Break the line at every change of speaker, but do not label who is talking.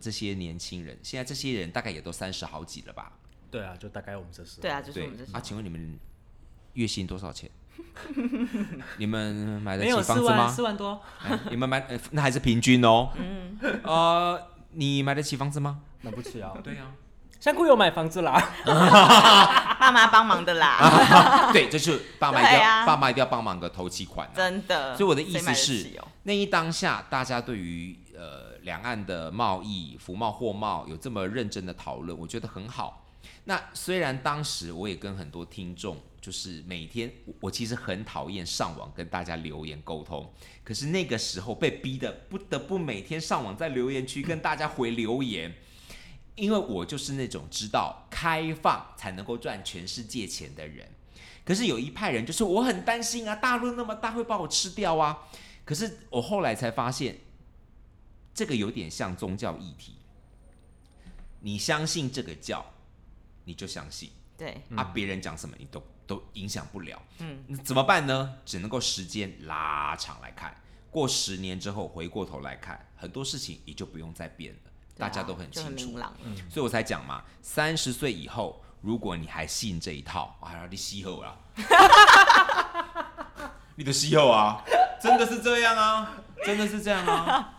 这些年轻人，现在这些人大概也都三十好几了吧？
对啊，就大概我们这时候
对啊，就是我
对
们这时候
啊，请问你们月薪多 少钱？你们买得
没
起
有
房子
四
啊
万
吗
四？万多，
哎你们买、呃那还是平均哦。嗯。呃，你买得起房子吗？
买不起 啊。
对呀、
香菇有买房子啦，
啊爸妈帮忙的
啊
啦，
对，这就是爸 妈一定
对
要、
啊
爸妈一定要帮忙个头期款、啊。
真的。
所以我的意
嗯谁买
思
得
是
起哦，
那一当下，大家对于呃两岸的贸易、服贸、货贸有这么认真的讨论，我觉得很好。那虽然当时我也跟很多听众，就是每天我我其实很讨厌上网跟大家留言沟通，可是那个时候被逼的不得不每天上网在留言区跟大家回留言，因为我就是那种知道开放才能够赚全世界钱的人。可是有一派人就是我很担心啊，大陆那么大会把我吃掉啊。可是我后来才发现，这个有点像宗教议题。你相信这个教，你就相信、
对，
啊，别人讲什么你都都影响不了。
嗯，
那怎么办呢？只能够时间拉长来看，过十年之后回过头来看，很多事情也就不用再变了，
对
大
啊
家都很
就很
清楚
明。朗了。
所以我才讲嘛，三十岁以后，如果你还信这一套，啊， 你吸后啦，你的吸后啊，真的是这样啊，真的是这样啊，